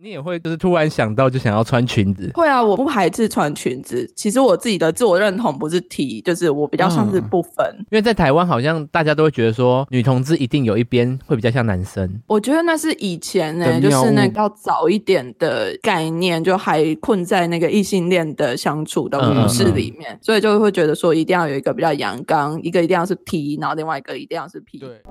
你也会就是突然想到就想要穿裙子，会啊，我不排斥穿裙子。其实我自己的自我认同不是 T，就是我比较嗯像是不分。因为在台湾好像大家都会觉得说女同志一定有一边会比较像男生。我觉得那是以前呢、的就谬误是那要早一点的概念，就还困在那个异性恋的相处的模嗯式里面，所以就会觉得说一定要有一个比较阳刚，一个一定要是 T，然后另外一个一定要是 P。对，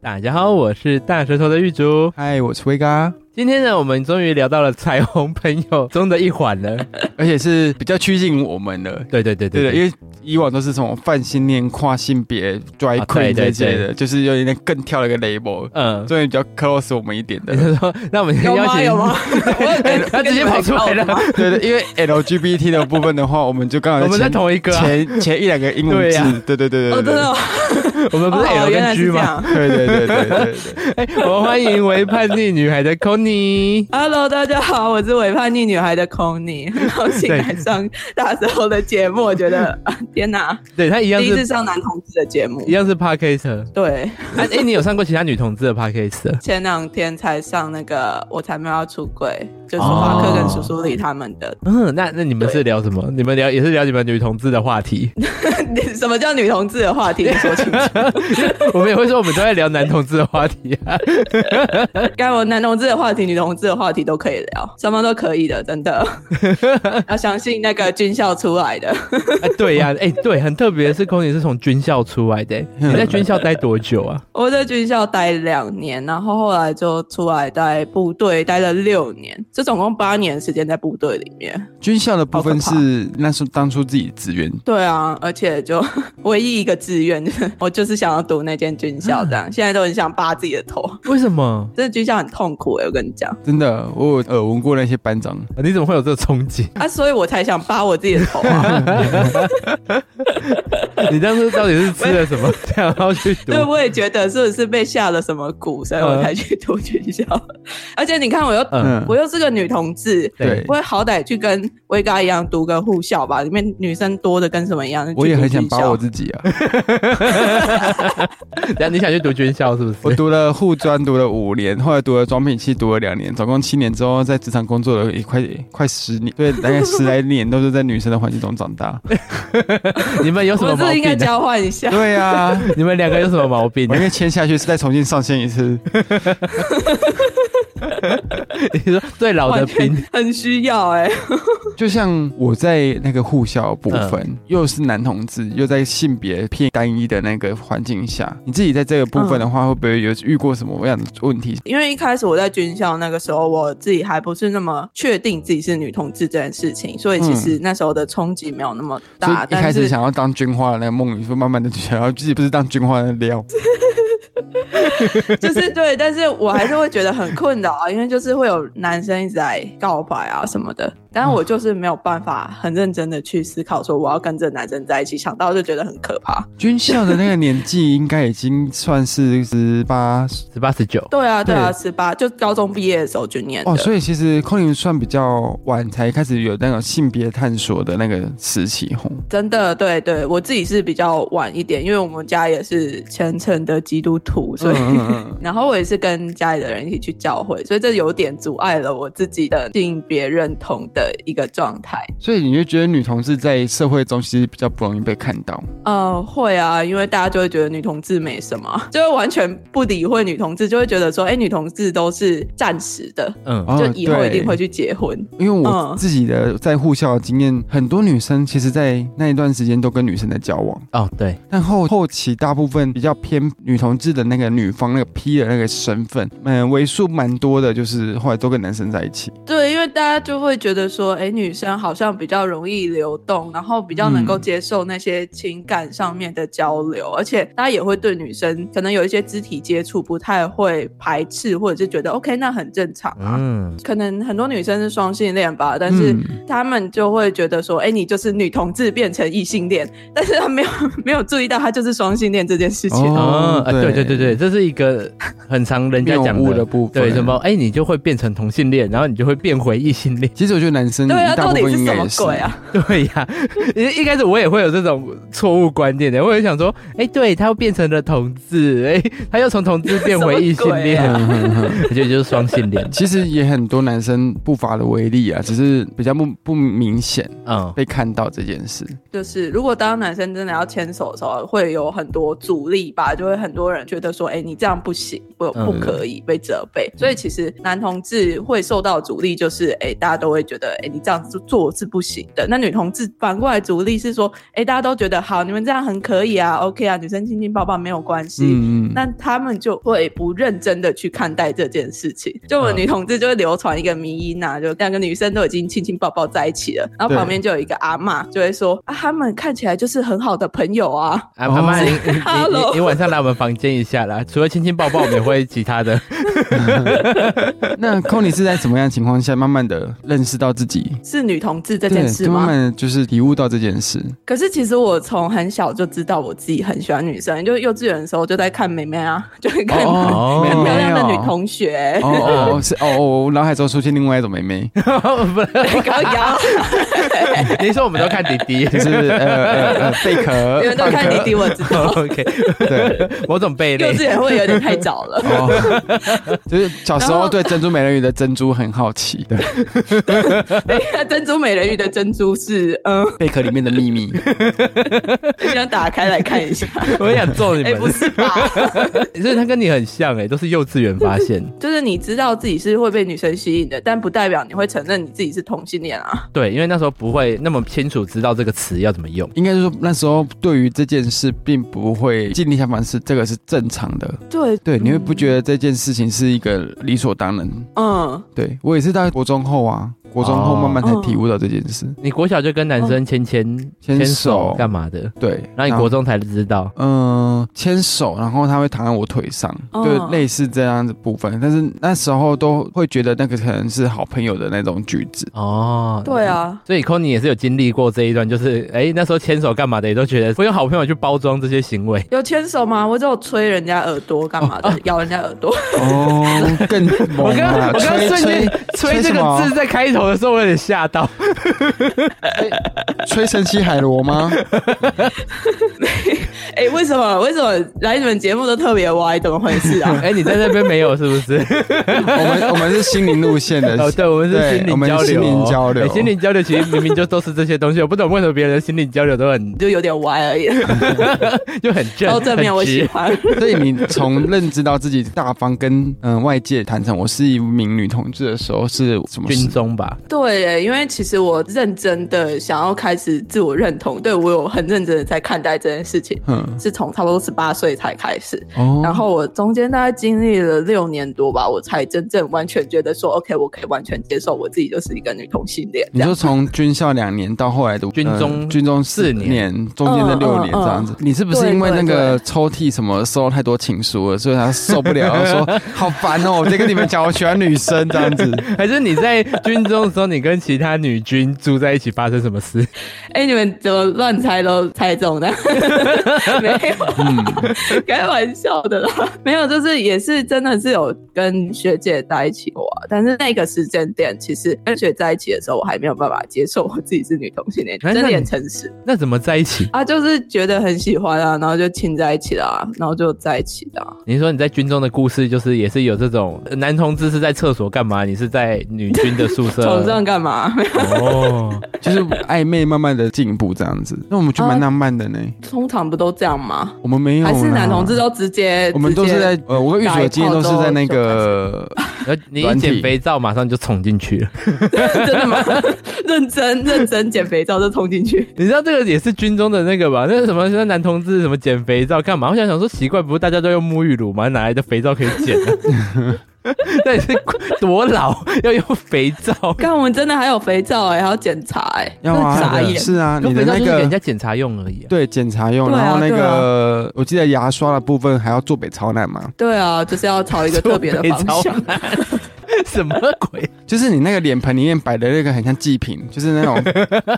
大家好，我是大舌头的玉竹。嗨，我是 威嘎，今天呢，我们终于聊到了彩虹朋友中的一环了。而且是比较趋近我们的，对对对对对的，对因为以往都是从泛性恋、跨性别、drag 啊对对 queen 这些对的，就是有点更跳了一个 label，嗯，终于比较 close 我们一点的你。是说，那我们有邀吗？请哎 有吗？ 哦我他直接跑出来了了。对对，因为 LGBT 的部分的话，我们就刚好我们在前同一个啊、前前一两个英文对啊呀字，对对对哦，对真对的哦，我们不是哦 L 原跟来 G 是这吗？样。对对对对对对对， 哎、我们欢迎为叛逆女孩的 c o n y Hello，大家好，我是伪叛逆女孩的 c o n y 很高兴对来上大时候的节目，我觉得啊天哪，对她一样第一次是上男同志的节目一，样是 Parker。对，哎、哎，你有上过其他女同志的 Parker？前两天才上那个我才没有要出轨，就是哦华克跟叔叔里他们的。嗯， 那那你们是聊什么？你们聊也是聊你们女同志的话题。 什么叫女同志的话题？你说清楚。我们也会说我们都在聊男同志的话题 啊。该我男同志的话题、女同志的话题都可以聊，什么都可以的，真的。要相信那个军校出来的。哎对呀、哎、对，很特别的是 c o n y 是从军校出来的、你在军校待多久啊？ 我在军校待两年，然后后来就出来待部队，待了六年，这总共八年时间在部队里面。军校的部分好可怕是那时候当初自己自愿，对啊，而且就 唯一一个志愿，我就是 想要读那间军校，这样现在都很想扒自己的头。为什么？真的军校很痛苦、欸，我跟你讲真的，我有耳闻过那些班长，啊你怎么会有这个憧憬？啊，所以我才想扒我自己的头啊。 你当初到底是吃了什么，想要去读？对，我也觉得是不是被下了什么蛊，所以我才去读军校。 而且你看，我又、嗯嗯，我又是个女同志，对对我也好歹去跟威嘎一样读个护校吧，里面女生多的跟什么一样。我也去读很想军校把我自己啊，等下你想去读军校是不是？ 我读了护专，读了五年，后来读了装品系，读了两年，总共七年之后，在职场工作了也快快十年，对，大概十来年都是在女生的环境中长 大。 你们有什我么们是毛不是病、应该啊？交换一 下？对啊，你们两个有什么毛病、我啊因？为签下去是再重新上线一次，你说最老的完全兵， 很需要哎、就像我在那个护校部分，嗯又是男同志，又在性别偏单一的那个环境下，你自己在这个部分的嗯话，会不会有遇过什么样的问题？因为一开始我在军校那个时候，我自己还不是那么确定自己是女同志这件事情，所以其实那时候的冲击没有那么嗯所以大。一开但始是想要当军花的那个梦，你说慢慢的想哦要自己不是当军花的料， 就是对，但是我还是会觉得很困扰啊，因为就是会有男生一直在告白啊什么的，但是我就是没有办法很认真的去思考说我要跟这个男生在一起，想到就觉得很可怕。军校的那个年纪应该已经算是十八十八十九，对啊，对啊，十八就高中毕业的时候就念的，哦，所以其实空灵算比较晚才开始有那种性别探索的那个时期吼。真的对对，我自己是比较晚一点，因为我们家也是虔诚的基督徒，所以。嗯嗯然后我也是跟家里的人一起去教会，所以这有点阻碍了我自己的性别认同的一个状态。所以你就觉得女同志在社会中其实比较不容易被看到，呃，会啊，因为大家就会觉得女同志没什么， 就会完全不理会女同志，就会觉得说，哎，女同志都是暂时的，嗯，哦就以后一定会对去结婚。因为我嗯自己的在护校的经验，很多女生其实，在那一段时间都跟女生在交往，哦，对，但后后期大部分比较偏女同志的那个女方那个 P 的那个身份，嗯，为数蛮多的，就是后来都跟男生在一起。对，因为大家就会觉得说，哎，女生好像比较容易流动，然后比较能够嗯接受那些情感上面的交流，而且大家也会对女生可能有一些肢体接触不太会排斥，或者是觉得 OK，那很正常啊。嗯，可能很多女生是双性恋吧，但是嗯他们就会觉得说，哎、你就是女同志变成异性恋，但是他没有 没有注意到他就是双性恋这件事情。哦哦，呃对对对对对，这是一个很常人家谬讲误的部分，对，什么？哎，你就会变成同性恋，然后你就会变回异性恋， 其实我觉得男生对啊，一大到部底分是应什该么也是。鬼啊？对呀、一一开始我也会有这种错误观点的，我也想说，哎、对他又变成了同志，哎、他又从同志变回异性 恋，什嗯哼哼我觉 得就是双性恋。其实也很多男生不乏的威力啊，只是比较不不明显嗯，被看到这 件事。就是如果当男生真的要牵手的时候，会有很多阻力吧，就会很多人觉得说，哎、你这样不行，不嗯不可以被责备。所以其实男同志会受到阻力，就是哎、大家都会觉得，哎、你这样子做是不行的。那女同志反过来阻力是说，哎、大家都觉得好，你们这样很可以啊，OK 啊，女生亲亲抱抱没有关系。嗯那他们就会不认真的去看待这件事情。就我们嗯女同志就会流传一个迷因呐、就两个女生都已经亲亲抱抱在一起了，然后对旁边就有一个阿嬷就会说啊，他们看起来就是很好的朋友啊。啊，妈妈，哦你你你你 Hello 你晚上来我们房间一下啦。除了亲亲抱抱，我们也会其他的。那 c o n y 是在什么样的情况下慢慢的认识到自己是女同志这对，件就事慢吗？慢地就是体悟到这件事。可是其实我从很小就知道我自己很喜欢女生，就幼稚园的时候就在看妹妹啊， 就会看哦 很漂亮的女哦同学，哦哦哦，是哦哦，我脑海中出现另外一种妹妹，不是， 高腰，你说我们都看弟弟，就是呃 呃呃贝壳，你们都看弟弟，我知 道。 OK，对，某种贝幼类稚。园会有点太早了， 哦，就是小时然候后对珍珠美人鱼的珍珠很好奇，对，珍珠美人鱼的珍珠是嗯，贝壳里面的秘密，想打开来看一 下。我想揍你哎、们不，是 吧？所以他跟你很像哎，都是幼稚园发 现。就是你知道自己是会被女生吸引的，但不代表你会承认你自己是同性恋啊。对，因为那时候不会那么清楚知道这个词要怎么用。应该是说那时候对于这件事并不会尽力想法是这个是正常的，对，对，你会不觉得这件事情是一个理所当然？嗯，对我也是到国中后啊，国中后哦慢慢才体悟到这件事，你国小就跟男生牵牵牵牵手手干嘛的？对，然后你国中才知道，嗯，牵手，然后他会躺在我腿上，哦就类似这样的部分。但是那时候都会觉得那个可能是好朋友的那种举止。哦，对。啊，所以 c o n y 也是有经历过这一段，就是哎、那时候牵手干嘛的，也都觉得我用好朋友去包装这些行为。有牵手吗？我只有吹人家耳朵干嘛的，咬人家耳朵。哦， 更 我猛刚啊！我刚吹瞬吹间吹这什么个字在开头的时候，我有点吓 到。吹神奇海螺吗？哎、为什么？为什么来你们节目都特别歪？怎么回事 啊？哎，你在那边没有是不是？，我们我们是心灵路线的哦，对，我们是呃对心我灵们交流，心灵交流哎心灵交流其实明明就都是这些东西，我不懂为什么别人的心灵交流都很 就有点歪而已，就很正，到哦正面我很喜直。欢。 所以你从认知到自己大方跟嗯、呃外界坦诚我是一名女同志的时候是什么军时？中吧， 对耶，因为其实我认真的想要开始自我认同，对我有很认真的在看待这件事情，嗯，是从差不多十八岁才开始。哦然后我中间大概经历了六年多吧，我才真正完全觉得说，OK，我可以完全接受我自己就是一个女同性恋。嗯你说从军校两年到后来的军中军中四四年年，中间的六年嗯嗯这样子，你是不是因为那个抽屉什么收到太多情书了，所以他受不 了，说好烦哦，我在跟你们讲我喜欢女生这样子，还是你在军中的时候，你跟其他女军住在一起发生什么事？ 哎、你们怎么乱猜都猜中的？没嗯有， 开玩笑的啦。没有，就是也是真的是有跟学姐在一起过啊，但是那个时间点，其实跟学姐在一起的时候，我还没有办法接受我自己是女同性恋，哎那真的很你诚实那怎么在一起？啊，就是觉得很喜欢啊，然后就亲在一起了、啊，然后就在一起了、啊。你说你在军中的故事，就是也是有这种呃男同志是在厕所干嘛？你是在女军的宿 舍床上干嘛？哦，就是暧昧慢慢的进步这样子，那我们就蛮浪漫的呢，通常不都这样吗？我们没有啦，哦还是男同志都直接？我们都是在呃，我跟玉水的经验都是在那个，然后你一软体捡肥皂，马上就冲进去了。 直接 真的吗？认真认真减肥皂就冲进去，你知道这个也是军中的那个吧？那是什么？那男同志什么捡肥皂干嘛？我想想说奇怪，不是大家都用沐浴乳吗？哪来的肥皂可以捡呢？ 那你是多老要用肥皂？看我们真的还有肥皂哎、还要检查哎、要真的啊傻，眼。是啊，你用的肥皂那就是给人家个。检查用而已、啊。对检查用，对啊然后那对啊个我记得牙刷的部分还要做北朝南嘛，对啊，就是要朝一个特别的方做肥向。 什么鬼？就是你那个脸盆里面摆的那个很像祭品，就是 那种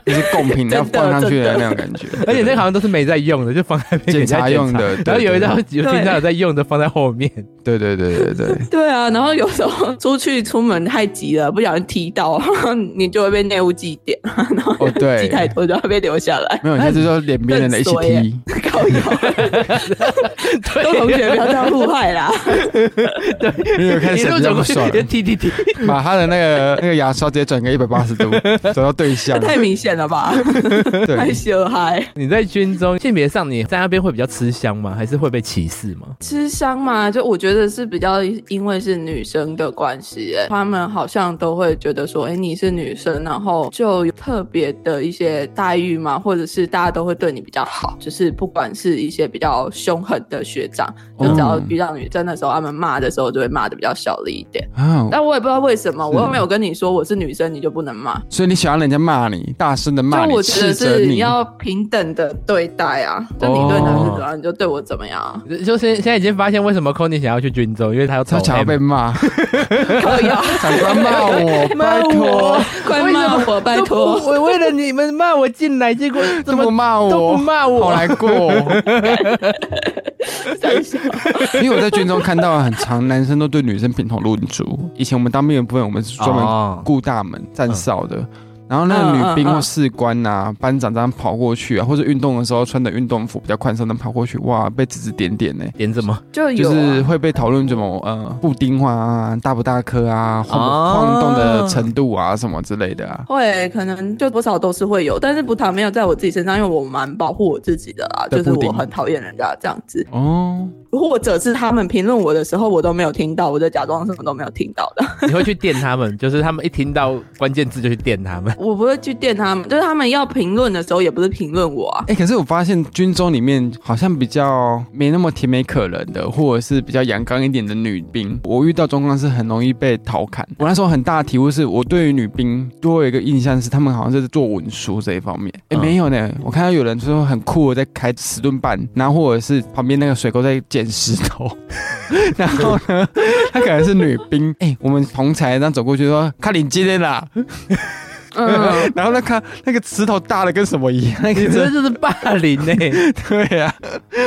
就是贡品要放上去的那种感觉，而且那个好像都是没在用的，就放在那边给检人家查用的，然对后有一对张有听到有在用的放在后面，对对对对对， 对啊，然后有时候出去出门太急了，不小心踢到， 然后你就会被内务记点， 然后哦记对，太多就会被留下 来。没有，你下次就脸边人的一起更衰踢，高腰，都同学不 要这样互害啦。因为开一始路比走 较不过去爽，就踢踢 踢，把他的那个那个牙刷直接转个一百八十度，走到对这 象，太明显了吧？ 太对，羞嗨。你在军中性别上，你在那边会比较吃香吗？还是会被歧视吗？吃香嘛，就我觉得是比较因为是女生的关系，哎，他们好像都会觉得说，哎、你是女生，然后就有特别的一些待遇嘛，或者是大家都会对你比较好，就是不管是一些比较凶狠的学长，就只要嗯遇到女生的时候，他们骂的时候就会骂的比较小力一点。啊，但我也不知道为什么，我又没有跟你说我是女生，你就不能骂。所以你喜欢人家骂你，大声的骂就你，我觉斥得责是你，要平等的对待啊，就你对男生怎么样，你就对我怎么样哦啊。就现现在已经发现为什么 c o n y 想要去军中，因为他要他走想要 M 被骂，可以啊，长官骂我， 拜托，，快骂我，拜 都托不！我为了你们骂我进来，结果都 怎不么骂都不我，骂好我？难过。三小因为我在军中看到很长， 男生都对女生品头论足。以前我们当兵的部分，我们是专门哦顾大门、站哨的。然后那个女兵嗯嗯嗯或士官呐、班长这样跑过去啊，或者运动的时候穿的运动服比较宽松的跑过去，哇，被指指点点呢、 点什么？就有就啊、是会被讨论怎么呃布丁花啊、大不大颗啊、晃哦晃动的程度啊什么之类的啊。会，可能就多少都是会有，但是葡萄没有在我自己身上，因为我蛮保护我自己的啦，的就是布丁我很讨厌人家这样子，哦，或者是他们评论我的时候，我都没有听到，我就假装什么都没有听到的， 你会去电他们，就是他们一听到关键字就去电他 们。我不会去电他们，就是他们要评论的时候，也不是评论我 啊。哎、可是我发现军中里面好像比较没那么甜美可人的，或者是比较阳刚一点的女兵，我遇到状况是很容易被调侃。我那时候很大的体悟是，我对于女兵多有一个印象是，她们好像是做文书这一方面。哎、嗯没有呢，我看到有人说很酷的在开十吨半，然后或者是旁边那个水沟在捡石头， 然后呢，她可能是女兵。哎、我们同才这样走过去说，看你今天啦，嗯，然后那看那个石头大的跟什么一样，那你个这真就是霸凌欸呢、的 对呀、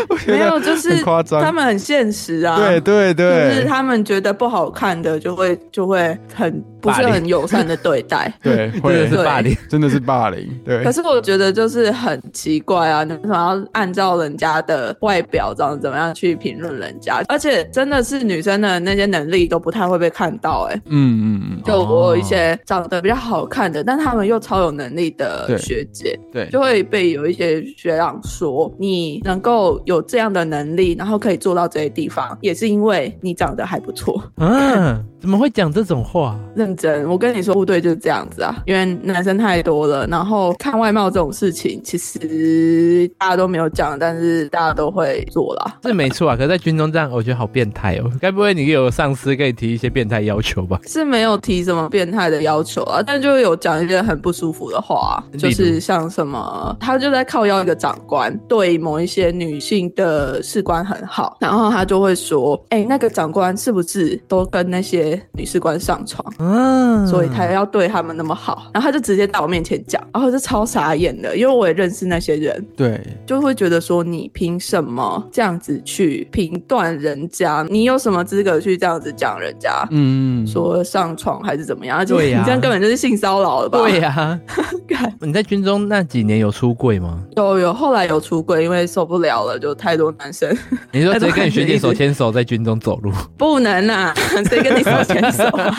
我觉没得。有，就是很夸张他们很现实啊。对对就是对，他们觉得不好看的，就会就会很不是霸很友善的 对待。对，真的会是霸凌。真的是霸凌，对可，是我觉得就是很奇怪啊，你为什么要按照人家的外表长得怎么样去评论人家？而且真的是女生的那些能力都不太会被看到、欸，哎。嗯嗯嗯，就我有一些长得比较好看的，但他们又超有能力对的学姐，对，就会被有一些学长说，你能够有这样的能力，然后可以做到这些地方，也是因为你长得还不错。嗯，怎么会讲这种话？认真，我跟你说，部队就是这样子啊，因为男生太多了，然后看外貌这种事情，其实大家都没有讲，但是大家都会做啦。是没错啊，可是在军中这样，我觉得好变态哦。该不会你有上司跟你提一些变态要求吧？是没有提什么变态的要求啊，但就有讲一些很不舒服的话啊、例如就是像什么，他就在靠邀一个长官对某一些女性的士官很好，然后他就会说，哎、那个长官是不是都跟那些女士官上床？啊嗯，所以他要对他们那么好，然后他就直接在我面前讲，然后我就超傻眼的，因为我也认识那些人，对，就会觉得说你凭什么这样子去评断人家？你有什么资格去这样子讲人家？嗯，说上床还是怎么样？而且对呀你这样根本就是性骚扰了吧？对呀、啊， 干你在军中那几年有出柜吗？有有，后来有出轨，因为受不了了，就太多男生 你哎说直接跟你学姐手牵手在军中走路，不能啊， 谁跟你手牵手 啊？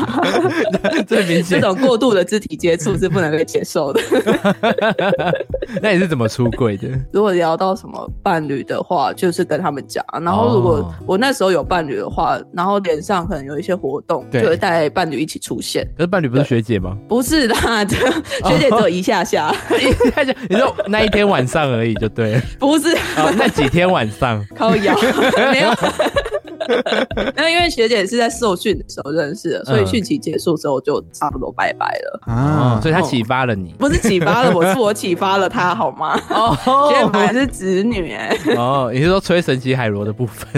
最明 这显。种过度的肢体接触是不能被接受的。那你是怎么出柜 的？如果聊到什么伴侣的话，就是跟他们讲啊。然后如哦果我那时候有伴侣的话，然后脸上可能有一些活动，对就会带伴侣一起出现。可是伴侣不是学姐 吗？不是啦，这 学姐只有一下下，哦你说那一天 晚上而已就对了， 不是 哦，那几天晚上。靠腰，没有。那因为学姐是在受训的时候认识的，所以嗯训期结束之后就差不多拜拜了。 哦啊，所以他启发了 你不是启发了我，是我启发了她，好 吗？ 哦学姐本来是侄女、哎，哦，你是说吹神奇海螺的部 分？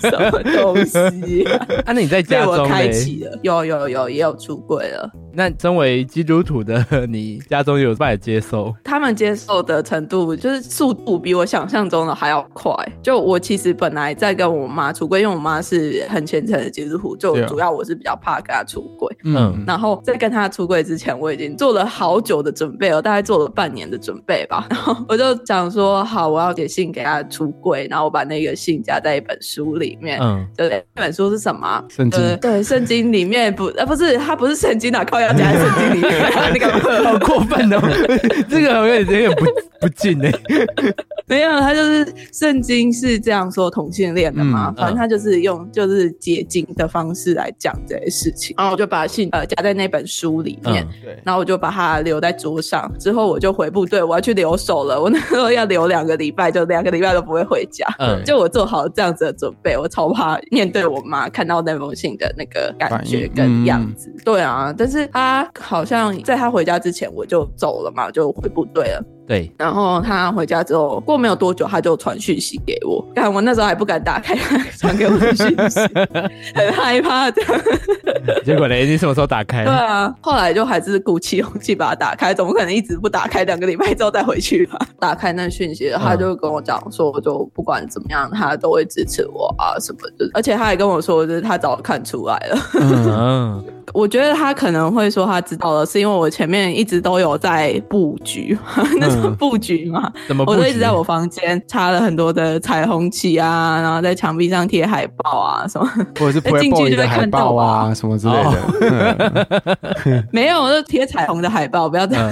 什么东西、 啊？啊，那你在家被我中开嘞？启了，有有有，也有出柜了。那身为基督徒的你，家中有办法接受？他们接受的程度，就是速度比我想象中的还要快。就我其实本来在跟我妈出柜，因为我妈是很虔诚的基督徒，就对啊主要我是比较怕跟她出柜。嗯嗯，然后在跟她出柜之前，我已经做了好久的准备了，大概做了半年的准备吧。 然后我就想说，好，我要写信给她出柜，然后我把那个信夹在一本书里面。嗯，对不对，那本书是什么啊？圣经呃对，圣经里面不，呃，不是，它不是圣经啊，靠要夹在圣经里 面，那个 好过分哦， 这个有点有点不不敬哎。没有，他就是圣经是这样说同性恋的嘛，嗯反正他就是用就是解经的方式来讲这些事情。然后我就把信呃夹在那本书里面，嗯，对，然后我就把它留在桌上。之后我就回部队，我要去留守了。我那时候要留两个礼拜，就两个礼拜都不会回家。嗯， 就我做好这样子的准备，我超怕面对我妈看到那封信的那个感觉反应跟嗯样子。对啊，但是她好像在她回家之前我就走了嘛，就回部队了。对，然后他回家之后，过没有多久，他就传讯息给我。但我那时候还不敢打开他传给我的讯息，很害怕这样。结果嘞，你什么时候打 开对？啊，后来就还是鼓起勇气把它打开，总不可能一直不打开，两个礼拜之后再回去吧。打开那讯息，他就跟我讲说，我就不管怎么样，他都会支持我啊什么的。而且他还跟我说，就是他早看出来了。 嗯嗯，我觉得他可能会说他知道了，是因为我前面一直都有在布局， 那是嗯布局嘛。怎么布我局？都一直在我房间插了很多的彩虹旗啊，然后在墙壁上贴海报啊 什么，或者是 进 Play 去 Boy 就会的海看到报啊吧什么之类的，没有，我就贴彩虹的海报，不要这样，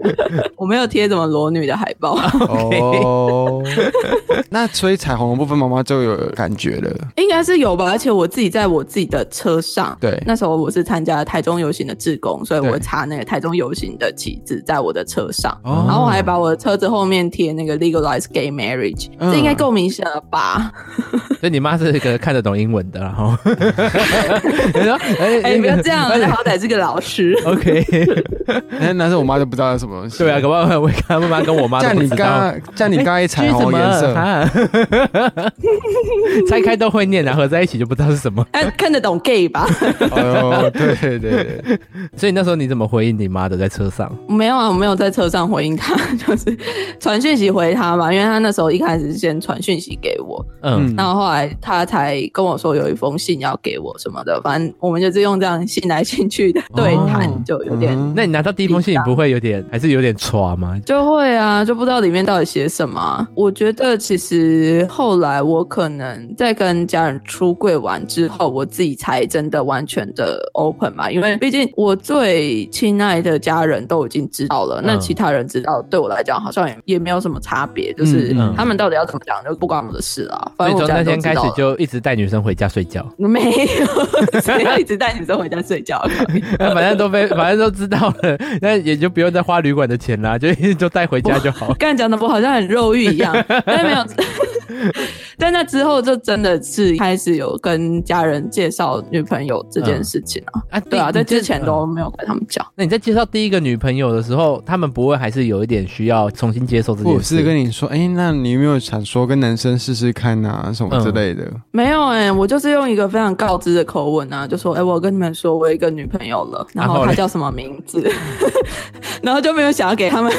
嗯 我没有贴什么裸女的海报。嗯哦， 那所以彩虹的部分妈妈就有感觉 了， 应该是有吧，而且我自己在我自己的车上，对那时候我是参加台中游行的志工，所以对我插那个台中游行的旗帜在我的车上，哦然后我还把我的车子后面贴那个 legalize gay marriage，、嗯这应该够明显了 吧？所以你妈是一个看得懂英文的，然后， 你说，哎哎、那个不要这 样，好歹是个老师。 OK，那但是我妈就不知道是什么东西，对啊，搞不好我看妈妈跟我妈都像不你知道。刚像你刚才彩虹的颜这是什么色，啊 拆开都会念，然啊后合在一起就不知道是什么。看哎看得懂 gay 吧？哎呦，对对对。所以那时候你怎么回应你妈的？在车上，没有啊，我没有在车上回应他， 就是传讯息回他嘛，因为他那时候一开始是先传讯息给我，嗯，然后后来他才跟我说有一封信要给我什么的，反正我们就是用这样信来信去的对谈，哦就有点、嗯那你拿到第一封信，你不会有点还是有点抓吗？就会啊，就不知道里面到底写什么啊。我觉得其实后来我可能在跟家人出柜完之后，我自己才真的完全的 open 嘛，因为毕竟我最亲爱的家人都已经知道了，那嗯其他人知道对我来讲好像也也没有什么差别，就是嗯嗯他们到底要怎么讲就不关我的事啊。所反以正从我家那人天都知开始道了。就一直带女生回家睡 觉， 没有，谁要一直带女生回家睡觉？那反正都被反正都知道了，那也就不用再花旅馆的钱啦，就就带回家就好。刚才讲的我好像很肉欲一样，但没有。 但那之后就真的是开始有跟家人介绍女朋友这件事情啊，啊， 对啊，你在这之前都没有跟他们讲。那你在介绍第一个女朋友的时候，他们不会还是有一点需要重新接受这件事？我是跟你说，哎、那你有没有想说跟男生试试看啊，什么之类的？没有哎、我就是用一个非常告知的口吻啊，就说哎、我跟你们说我有一个女朋友了，然然后后嘞她叫什么名字， 然后就没有想要给他们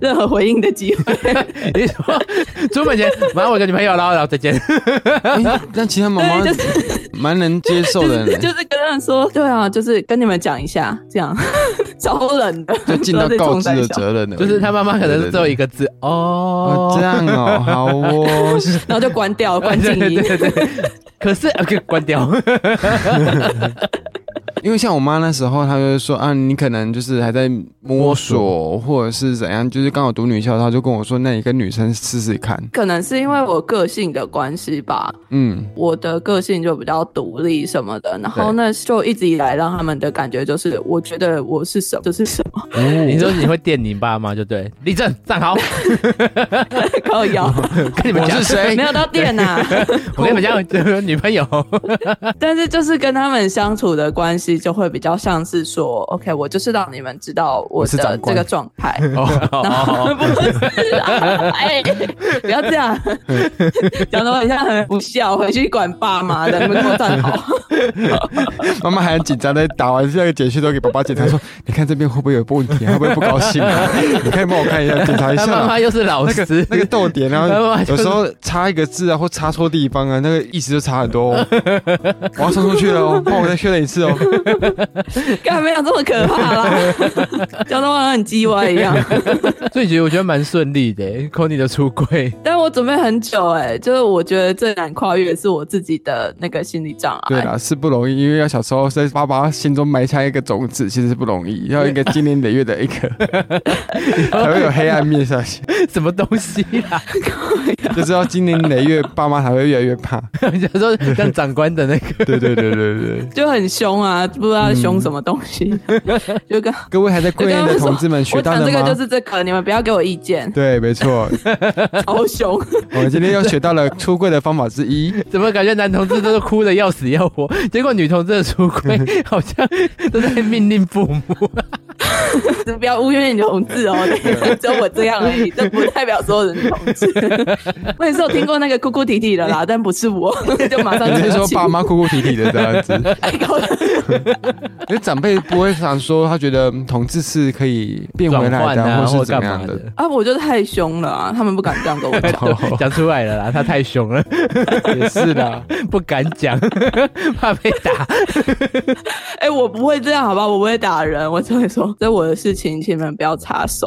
任何回应的机会。 你说出门前，妈，我跟女朋友了，然后再见。 哎那其他妈妈对，就是 蛮能接受的 就是呢，就是跟他们说，对啊，就是跟你们讲一下，这样 超冷的，就尽到告不知的知道在冲三小，责任了。就是他妈妈可能是对只有一对个对字哦哦，这样哦，好哦，是然后就关掉，关静对音。对对对。可是 啊，可以关掉。哦因为像我妈那时候，她就是说啊，你可能就是还在摸索或者是怎样，就是刚好读女校，他就跟我说，那你跟女生试试看，可能是因为我个性的关系吧，嗯，我的个性就比较独立什么的，然后对那就一直以来让他们的感觉就是，我觉得我是什么就是什么， 你说你会电你爸妈就对，立正站 好，靠腰，跟你们我讲是，谁 没？有到店呐、我跟你们讲，这个女朋友，但是就是跟他们相处的关系就会比较像是说，OK，我就是让你们知道我我是的长这官个状态。 然后哦不是 啊，哎、不要这样， 讲的好像很不孝，回去管爸妈的，你们给我站好。妈妈还很紧张的打完这个简讯都给爸爸检查说，你看这边会不会有问题啊，会不会不高兴 啊？你可以帮我看一下，检查 一他下妈啊。妈又是老那师个，那个逗点啊，他然妈妈后就有是时候差一个字啊，或差错地方啊，那个意思就差很多、 哦。我要送出去了哦，帮我再确认一次 哦。 干没有这么可怕啦， 讲的好像很鸡歪一样。 所以其实我觉得蛮顺利的，Kony 的出柜， 但我准备很久哎、就是我觉得最难跨越的是我自己的那个心理障对碍。啦，是不容易，因为要小时候在爸爸心中埋下一个种子，其实是不容易，要一个经年累月的一 个，才会有黑暗面下去，什么东西啦？ 就是要经年累月，爸妈才会越来越 怕。人家说像长官的那个，对对对对对，就很凶啊，不知道嗯凶什么东西， 就跟各位还在就贵跟院他们的说同志 们学到我了讲这吗个就？是这个，你们不要给我意见，对，没 错，超凶。 我们今天又学到了出柜的方法之一。怎么感觉男同志都是哭的要死要活，结果女同志的出柜嗯好像都在命令父母， 不要污蔑女同志哦， 只有我这样而已，这不代表所有人同志。 我也是有听过那个哭哭啼啼的啦，但不是我， 就马上你是说澄清爸妈哭哭啼啼的这 样子？哎搞因为长辈不会想说，他觉得嗯同志是可以变回转来换的啊，啊或或是怎干么嘛样的。的，啊，我就太凶了啊，他们不敢这样跟我讲。就 讲出来了啦，他太凶了， 也是的， 不敢讲，怕被打。 哎、我不会这样，好吧，我不会打人，我只会说这我的事情，请你们不要插手。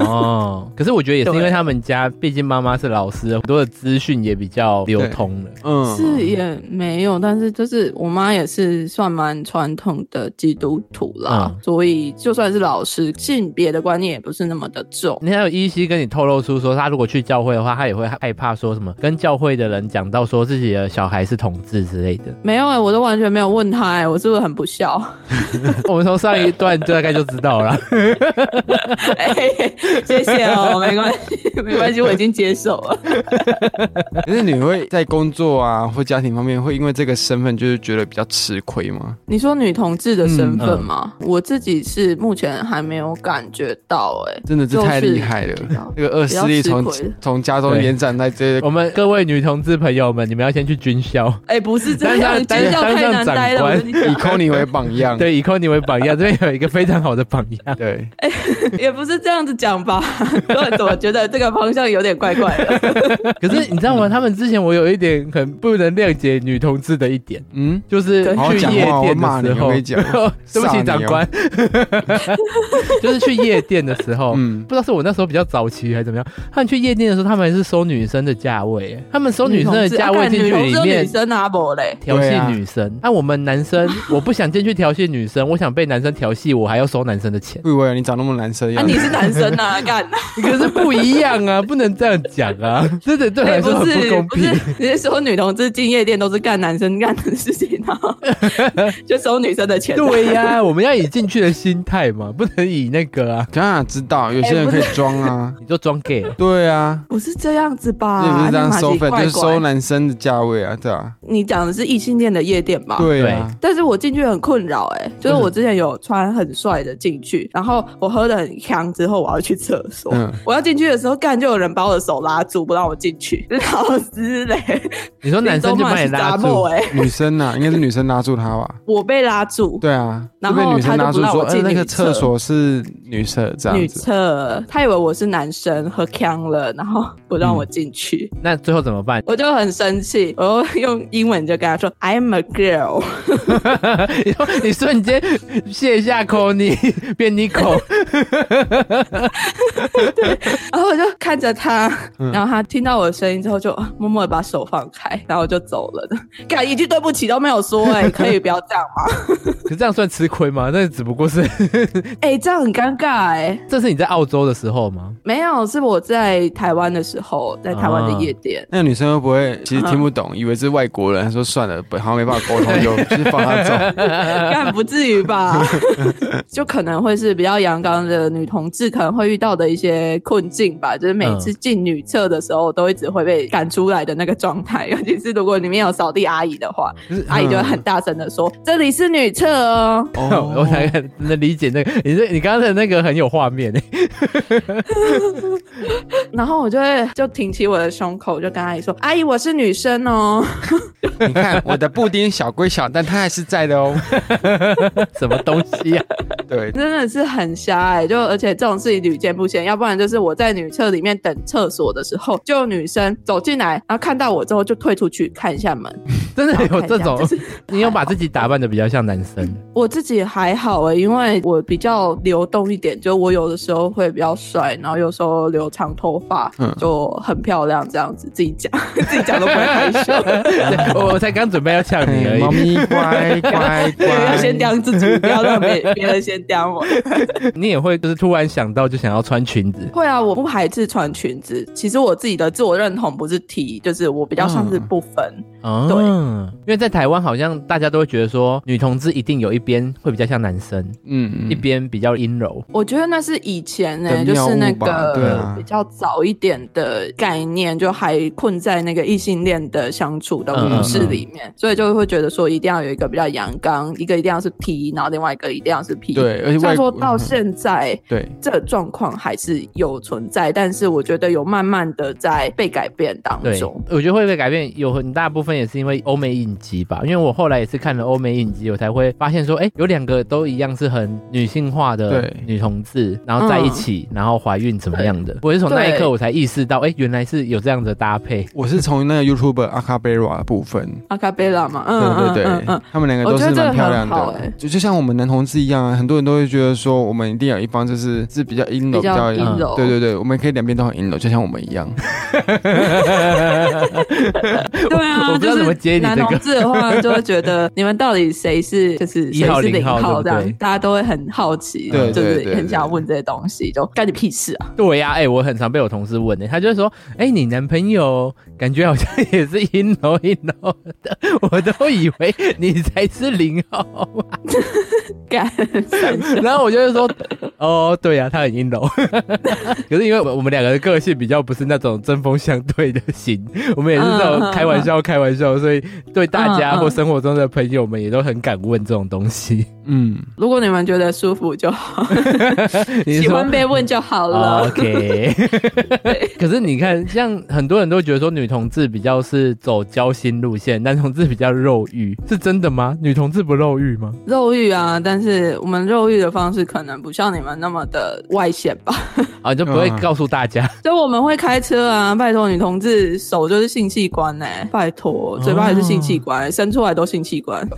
哦，可是我觉得也是因为他们家，毕竟妈妈是老师，很多的资讯也比较流通了。嗯，是也没有，但是就是我妈也是算蛮传统的基督徒啦，嗯所以就算是老师，性别的观念也不是那么的重。你还有依稀跟你透露出说，他如果去教会的话，他也会害怕说什么跟教会的人讲到说自己的小孩是同志之类的。 没有哎、我都完全没有问他哎、我是不是很不孝？ 我们从上一段大概就知道了。哎，谢谢哦，没关系，没关系，我已经接受了。可是你会在工作啊或家庭方面，会因为这个身份就是觉得比较吃亏吗？你说女同志的嗯身份吗？我自己是目前还没有感觉到哎、真的是就是太厉害了，这个恶势力从比较吃亏从加州延展到这些我们各位女同志朋友们，你们要先去军校，哎、不是这当 样，上你尖叫当上太难长待了。我官跟你 讲以 Kony 为榜样。对，以 Kony 为榜样，这边有一个非常好的榜 样。对，也不是这样子讲吧？ 我怎么觉得这个方向有点怪怪的？可是你知道吗？他们之前我有一点很不能谅解女同志的一点，嗯，就是对去夜店的时好好讲话我候，哦骂你我跟你讲 对不起，长官， 就是去夜店的时候，嗯不知道是我那时候比较早期还是怎么样，他们去夜店的时候，他们还是收女生的价位，哎他们收女生的价位进去女同里志有面女。生啊，不嘞，调戏对啊女生，那、我们男生，我不想进去调戏女生，我想被男生调戏，我还要收男生的钱。不以为你长那么男生的啊，样你子。是男生 啊，干。可是不一样啊，不能这样讲 啊，真的对我哎，来不说很是公不平是。，你是说女同志进夜店都是干男生干的事情，然 后就收女生的钱？对呀、我们要以进去的心态嘛，不能以那个啊，当然知道，有些人哎可以装啊。 你就装 gay 啊。对啊，不是这样子吧？也不是这样啊你马吉收费，就怪是收怪男生的价位啊，对啊，你讲的是异性恋的夜店吧？。对啊，但是我进去很困扰哎、嗯就是我之前有穿很帅的进去，然后我喝的很强之后，我要去厕所，嗯我要进去的时候，干就有人把我的手拉住，不让我进去，老师嘞，你说男生就把你拉住，哎、女生呐、啊， 应该是女生拉住他吧？我被拉住，对啊，然就后被女生拉他就住不让说，我哎、进那个女厕厕所是女厕这女样子。厕，他以为我是男生喝呛了，然后不让我进去，那最后怎么办？我就很生气，我就用英文就跟他说 I'm a girl， 你说你瞬间卸下 Kony 变 Nico，然后我就看着他，然后他听到我的声音之后就默默的把手放开，然后我就走了，干一句对不起都没有说、哎，可以不要这样吗？可这样算吃亏吗？那只不过是， 哎、这样很尴尬哎、这是你在澳洲的时候吗？没有，是我在台湾的时候，在台湾的夜店。那个女生会不会其实听不懂，以为是外国人？她说算了，不好像没办法沟通， 就就是放她走。干不至于吧？ 就可能会是比较阳刚的女同志可能会遇到的一些困境吧，就是每次进女厕的时候，都一直会被赶出来的那个状态。 尤其是如果里面有扫地阿姨的话，阿姨就会很大声的说：“这里是女厕哦。 哦、我才能理解那个，你这你刚才那个很有画面欸诶，”然后我就会就挺起我的胸口，就跟阿姨说：“阿姨，我是女生哦。 你看我的布丁小归小，但它还是在的 哦。什么东西 啊？对”，真的是很狭隘，就而且这种事情屡见不鲜。要不然就是我在女厕里面等厕所的时候，就有女生走进来，然后看到我之后就退出去看一 下门，真的有哎这然后种看一下就是 你有把自己打扮的比较像男生，我自己还好诶、因为我比较流动一点，就我有的时候会比较帅，然后有时候留长头发，嗯就很漂亮这样子。自己讲， 自己讲都不会害 羞，我我才刚准备要呛你而哎嗯猫已。咪乖乖 嗯对，要乖先，刁自己，不要让别别人先刁我。你也会就是突然想到就想要穿裙子，会啊，我不排斥穿裙子。其实我自己的自我认同不是 T，就是我比较像是不分。嗯哦，对因为在台湾好像大家都会觉得说女同志一定有一边会比较像男生，嗯一边比较阴柔。我觉得那是以前呢、的就谬误是那吧对个啊比较早一点的概念，就还困在那个异性恋的相处的模式里嗯面，所以就会觉得说一定要有一个比较阳刚，一个一定要是 P，然后另外一个一定要是 P。对，，而且虽然外嗯国说到现在。对，这状况还是有存在，但是我觉得有慢慢的在被改变当对，中。我觉得会被改变，有很大部分也是因为欧美影集吧。因为我后来也是看了欧美影集，我才会发现说，哎，有两个都一样是很女性化的对女同志，然后在一起，然后怀孕怎么样的。我是从那一刻嗯对我才意识到，哎，原来是有这样的搭配。我是从那个 YouTube 阿卡贝拉部分。阿卡贝拉嘛，嗯嗯对对嗯对嗯，，他们两个我都觉是得这蛮个漂很亮好的欸，就就像我们男同志一样啊，很多人都会觉得说，我们一定有一方就是是比较阴柔，比较比阴柔对对对，我们可以两边都很阴柔，就像我们一样。对啊， 我我不知道就是怎么接你这个男同志的话，就会觉得你们到底谁是 就是一谁号是零零号对号这不样对，大家都会很好奇，对就对对是对很想要问这些东西，就干你屁事啊！ 对呀、哎、我很常被我同事问的、他就会说，哎、你男朋友感觉好像也是阴柔 阴柔的，我都以为你才是零号，干，三小然后我就会说，哦，对呀、他很阴柔， 可是因为我们两个的个性比较不是那种针锋相对的型，我们也是这种开玩笑、开玩笑，所以对大家嗯嗯嗯或生活中的朋友们也都很敢问这种东西。 嗯，如果你们觉得舒服就好，你是喜说啊欢被问就好了。哦 OK，可 是你看，像很多人都觉得说女同志比较是走交心路线，男同志比较肉欲，是真的吗？女同志不肉欲吗？肉欲啊，但是我们肉欲的方式可能不像你们那么的外显吧。 啊，就不会嗯告诉大家。就我们会开车啊，拜托女同志手就是性器官呢、拜托嘴巴也是性器官、哦生出来都性器官。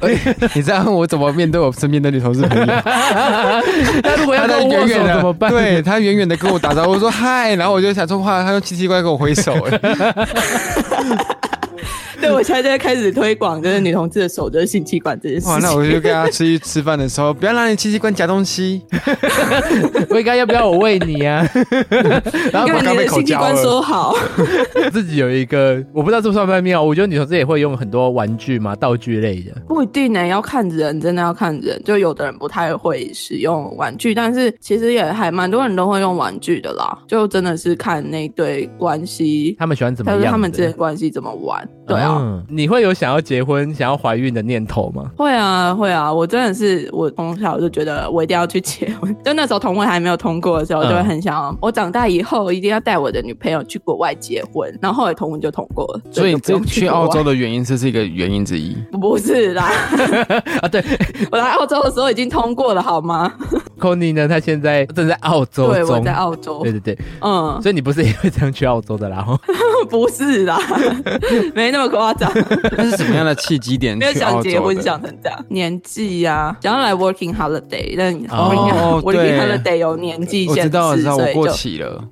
你知道我怎么面对我身边的女同事朋 友？嗯 那如果要她跟我在远握远手的怎么办？对她远远的跟我打招呼说嗨，然后我就想说话，她用奇奇怪怪跟我挥手， 哎 对，我现在就在开始推广，就是女同志的手就是性器官这件事哇，那情。我就跟她出去吃饭的时候，不要让你奇奇怪怪夹东西，我应该要不要我喂你 啊？然后因为我刚你被的口性器交官了说好，我自己有一个，我不知道这算不算妙，我觉得女同志也会用很多玩具嘛，道具类的。 不一定呢、欸要看人，真的要看人。就有的人不太会使用玩具，但是其实也还蛮多人都会用玩具的啦。就真的是看那对关系，他们喜欢怎么他样说的？他们之间关系怎么玩。对哦啊，嗯你会有想要结婚、想要怀孕的念头吗？会啊，会啊！我真的是，我从小就觉得我一定要去结婚。就那时候同婚还没有通过的时候，嗯就会很想要，我长大以后一定要带我的女朋友去国外结婚。然后后来同婚就通过了，所以就不这用去国外澳洲。的原因，这是一个原因之一。不是啦， 啊，对， 我来澳洲的时候已经通过了，好吗？ Conny 呢，他现在正在澳洲对，我中，在澳洲对，对对，嗯， 所以你不是因为这样去澳洲的啦，吼不是啦， 没那么夸 张，那是什么样的契机点 没有去想澳结洲婚的？想成这样，年纪呀、想要来 working holiday，但哦 working 对 holiday 有年纪我限知制，道，我知道，所我以过就期了，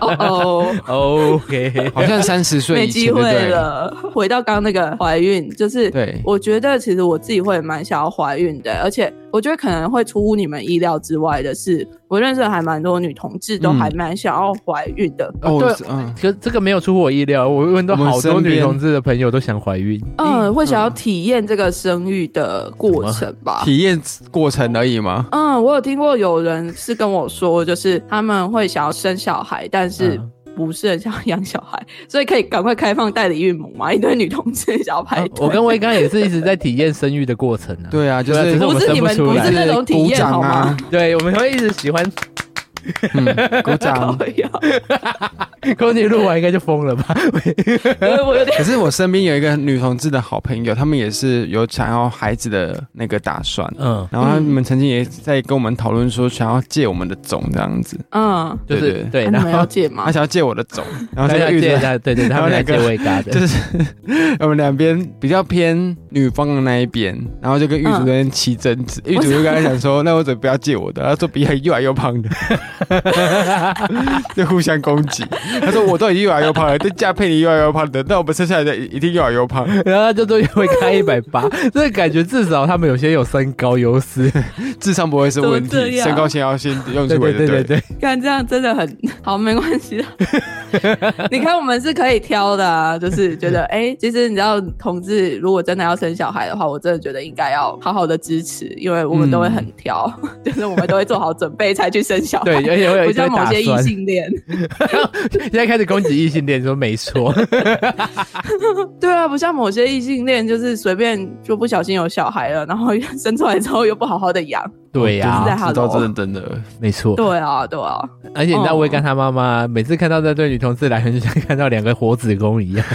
哦哦。 ，OK，好像三十岁没以机前会的，了。 回到刚刚那个怀孕，就是对我觉得其实我自己会蛮想要怀孕的，而且我觉得可能会出乎你们意料之外的是，我认识的还蛮多女同志都嗯还蛮想要怀孕的。哦，对我知 嗯，可这个没有出乎我意料，我问到我们好多身边女同志的朋友都想怀孕，嗯，会想要体验这个生育的过程吧。嗯体验过程而已嘛。嗯，我有听过有人是跟我说，就是他们会想要生小孩，但是嗯不是很想养小孩， 所以可以赶快开放代理孕母嘛，一堆女同志想要啊排队。啊我跟威刚也是一直在体验生育的过程啊，对啊，就对啊只是是我不们是你们，生不不出来是那种体鼓验掌好吗啊？，对，我们会一直喜 欢嗯，鼓掌。可以啊， Conny 录完应该就疯了吧？因为我有点可是我身边有一个女同志的好朋友，他们也是有想要孩子的那个打算，嗯，然后他们曾经也在跟我们讨论说，想要借我们的种这样子， 嗯，就对是对对，那然你们 要后啊借吗他？想要借我的种，然后他就要遇借到。他，对对，他们来借威嘎的， 就是 我们两边比较偏女方的那一边，然后就跟狱主那边起争执，嗯狱、主就跟他讲说：“那我怎么不要借我的？”他说：“别人越来越胖的， 就互相攻击。”他说：“我都已经越来越胖了，再加配你越来越胖的，那我们剩下来的一定越来越胖。然后他就都会开一百八，这感觉至少他们有些有身高优势。智商不会是问怎么这题，样身高先要先用对出来对的。对对对，看这样真的很 好，没关 系的。你看，我们是可以挑的啊，就是觉得， 哎、其实你知道，同志如果真的要生小孩的话，我真的觉得应该要好好的支持，因为我们都会很嗯挑， 就是我们都会做好准备才去生小孩。对，而且会有不一堆像哦某打些异算。性恋， 现在开始攻击异性恋，说没错， 对啊，不像某些异性恋，就是随便就不小心有小孩了，然后生出来之后又不好好的 养。对呀、啊知道真的真的，没错。对哦啊，对啊，而且你知道，威干他妈妈每次看到那对女同志来，就像看到两个活子公一样。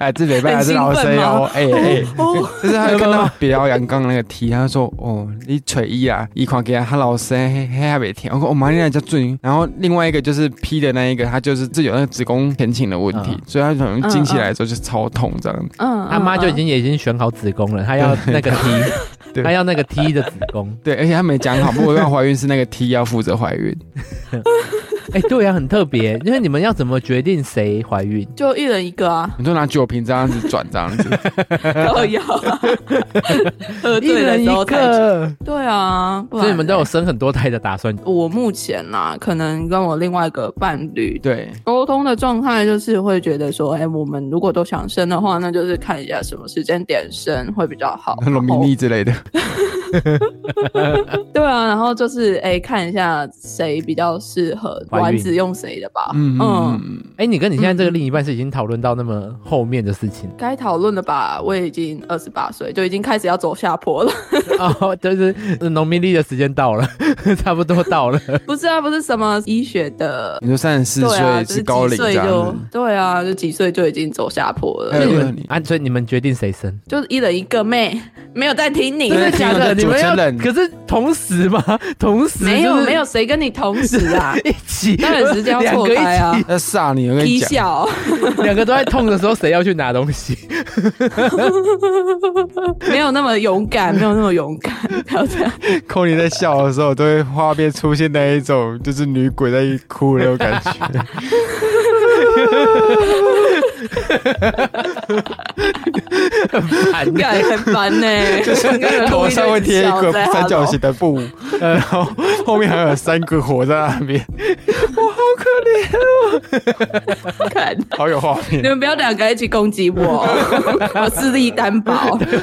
哎，这礼拜还很是老兴奋师哦吗，哎哎。哦，就是他看到表扬刚那个题，他说：“哦，你锤一啊，一款给他，他老师还还还没听。”我说：“哦，妈，你来叫准。”然后另外一个就是 P 的那一个，他就是自己有那个子宫前倾的问题，嗯所以他可能经起来的时候就超痛这样。嗯， 他妈就已嗯经也已经选好子宫了，她要那 个 T，对她要那个 T 的子宫。对，而且他没讲好，不过要怀孕是 那个 T 要负责怀孕，哎、对呀、很特别，因为你们要怎么决定谁怀孕？就一人一个啊，你就拿酒瓶这样子转这样子， 都 有，喝一醉的人时一候才个，对啊，不所然以你们都有嘞。生很多胎的打算。我目前呐、可能跟我另外一个伴侣对，沟通的状态，就是会觉得说，哎、我们如果都想生的话，那就是看一下什么时间点生会比较好。龙然鼻后逆之类的。对啊，然后就是哎、看一下谁比较适合怀孕丸子用谁的吧。嗯嗯嗯，嗯，哎、你跟你现在这个另一半是已经讨论到那么后面的事 情该讨论的吧。我已经二十八岁，就已经开始要走下坡了。 哦，就是呃农民历的时间到了， 差不多到了。不是啊，不是什么医学的你说三十四对啊，岁就是是高几龄这岁样就子，对啊，就几岁就已经走下坡了，哎那呦你哎呦们啊，所以你们决定谁生？就是一人一个妹，没有在听你。真的对假的？听你我的们要主持人可是同时吗？ 同时、就是、没有没有，谁跟你同时 啊？一起，当然时间要两错个一开起，啊，要煞你，我跟踢你讲，笑，两个都在痛的时候，谁要去拿东西？ 没有那么勇敢，没有那么勇敢，不要这样。扣你在笑的时候，都会画面出现那一种就是女鬼在哭的那种感觉。 喊感很烦呢、就是头上会贴一个三角形，的布， 然后后面还有三个火在那边，看。好有画你 面。们不要两个一起攻击 我，我势力单薄，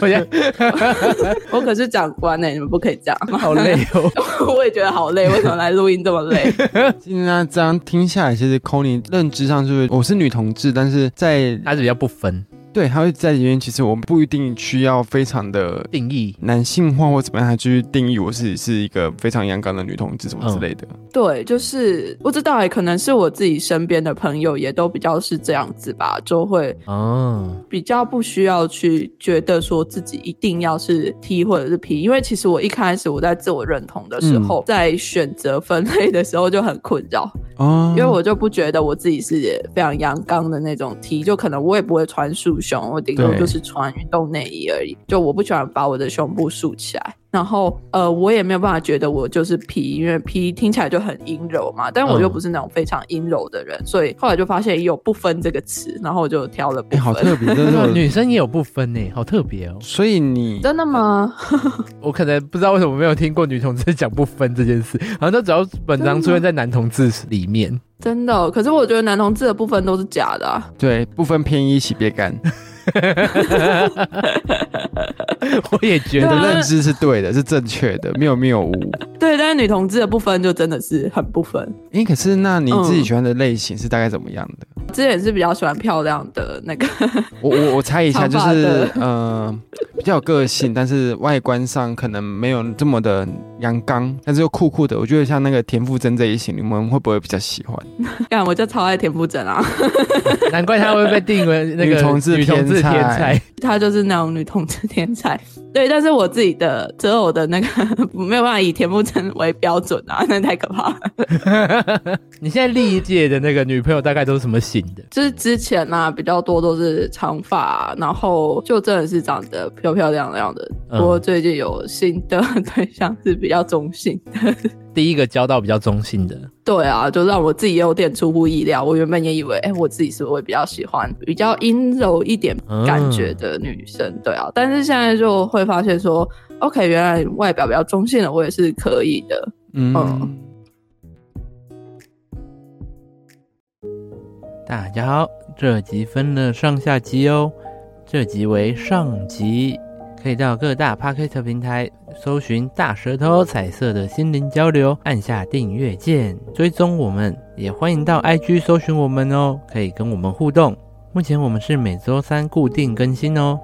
我现在我可是长官呢、你们不可以这样。 好累哦。我也觉得好累，为什么来录音这么累？今天这样听下来，其实 c o n y 认知上就是我是女同志，但是在他是比较不分，对，还会在里面。其实我不一定需要非常的定义男性化或怎么样，还去定义我自己是一个非常阳刚的女同志什么之类的。对，就是不知道哎、可能是我自己身边的朋友也都比较是这样子吧，就会哦，比较不需要去觉得说自己一定要是 T 或者是 P，因为其实我一开始我在自我认同的时候，在选择分类的时候就很困扰，哦，嗯因为我就不觉得我自己是非常阳刚的那种 T，就可能我也不会穿束胸，我顶多对就是穿运动内衣而已。就我不喜欢把我的胸部竖起来，然后呃，我也没有办法觉得我就是 P，因为 P 听起来就很阴柔嘛，但我嗯又不是那种非常阴柔的人，所以后来就发现有不分这个词，然后我就挑了不哎、好分。特别，真的。女生也有不分呢，好特别哦。所以你真的吗？我可能不知道为什么没有听过女同志讲不分这件事，好像都只要本章出现在男同志里 面。 真的哦、可是我觉得男同志的部分都是假的、啊。对不分偏一起别干，我也觉对你得啊的认知是对的，是正确 的，没有谬误。对，但是女同志的部分就真的是很不分。哎、可是那你自己嗯喜欢的类型是大概怎么样的？之前是比较喜欢漂亮的那个，我我我猜一下，就长发是的呃，比较有个性，但是外观上可能没有这么的阳刚，但是又酷酷的。我觉得像那个田馥甄这一型，你们会不会比较喜欢？干我就超爱田馥甄啊。难怪她会被定为那个女同志女同志天才天才。她就是那种女同志天才。对，但是我自己的择偶的那个 没有办法以田馥甄为标准啊，那太可怕了。你现在历届的那个女朋友大概都是什么型的？就是之前啊，比较多都是长发啊、然后就真的是长得漂漂亮亮的。嗯不过最近有新的 对象是比较中性的。第一个交到比较中性的，对啊，就让我自己也有点出乎意料。我原本也以为，哎、我自己是不是会比较喜欢比较阴柔一点感觉的女生？对啊，但是现在就会发现说，OK，原来外表比较中性的我也是可以的。哦嗯，大家好，这集分了上下集哦，这集为上集，可以到各大 p o c k e t 平台搜寻“大舌头彩色的心灵交流”，按下订阅键，追踪我们，也欢迎到 IG 搜寻我们哦，可以跟我们互动。目前我们是每周三固定更新哦，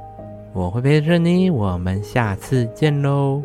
我会陪着你，我们下次见喽，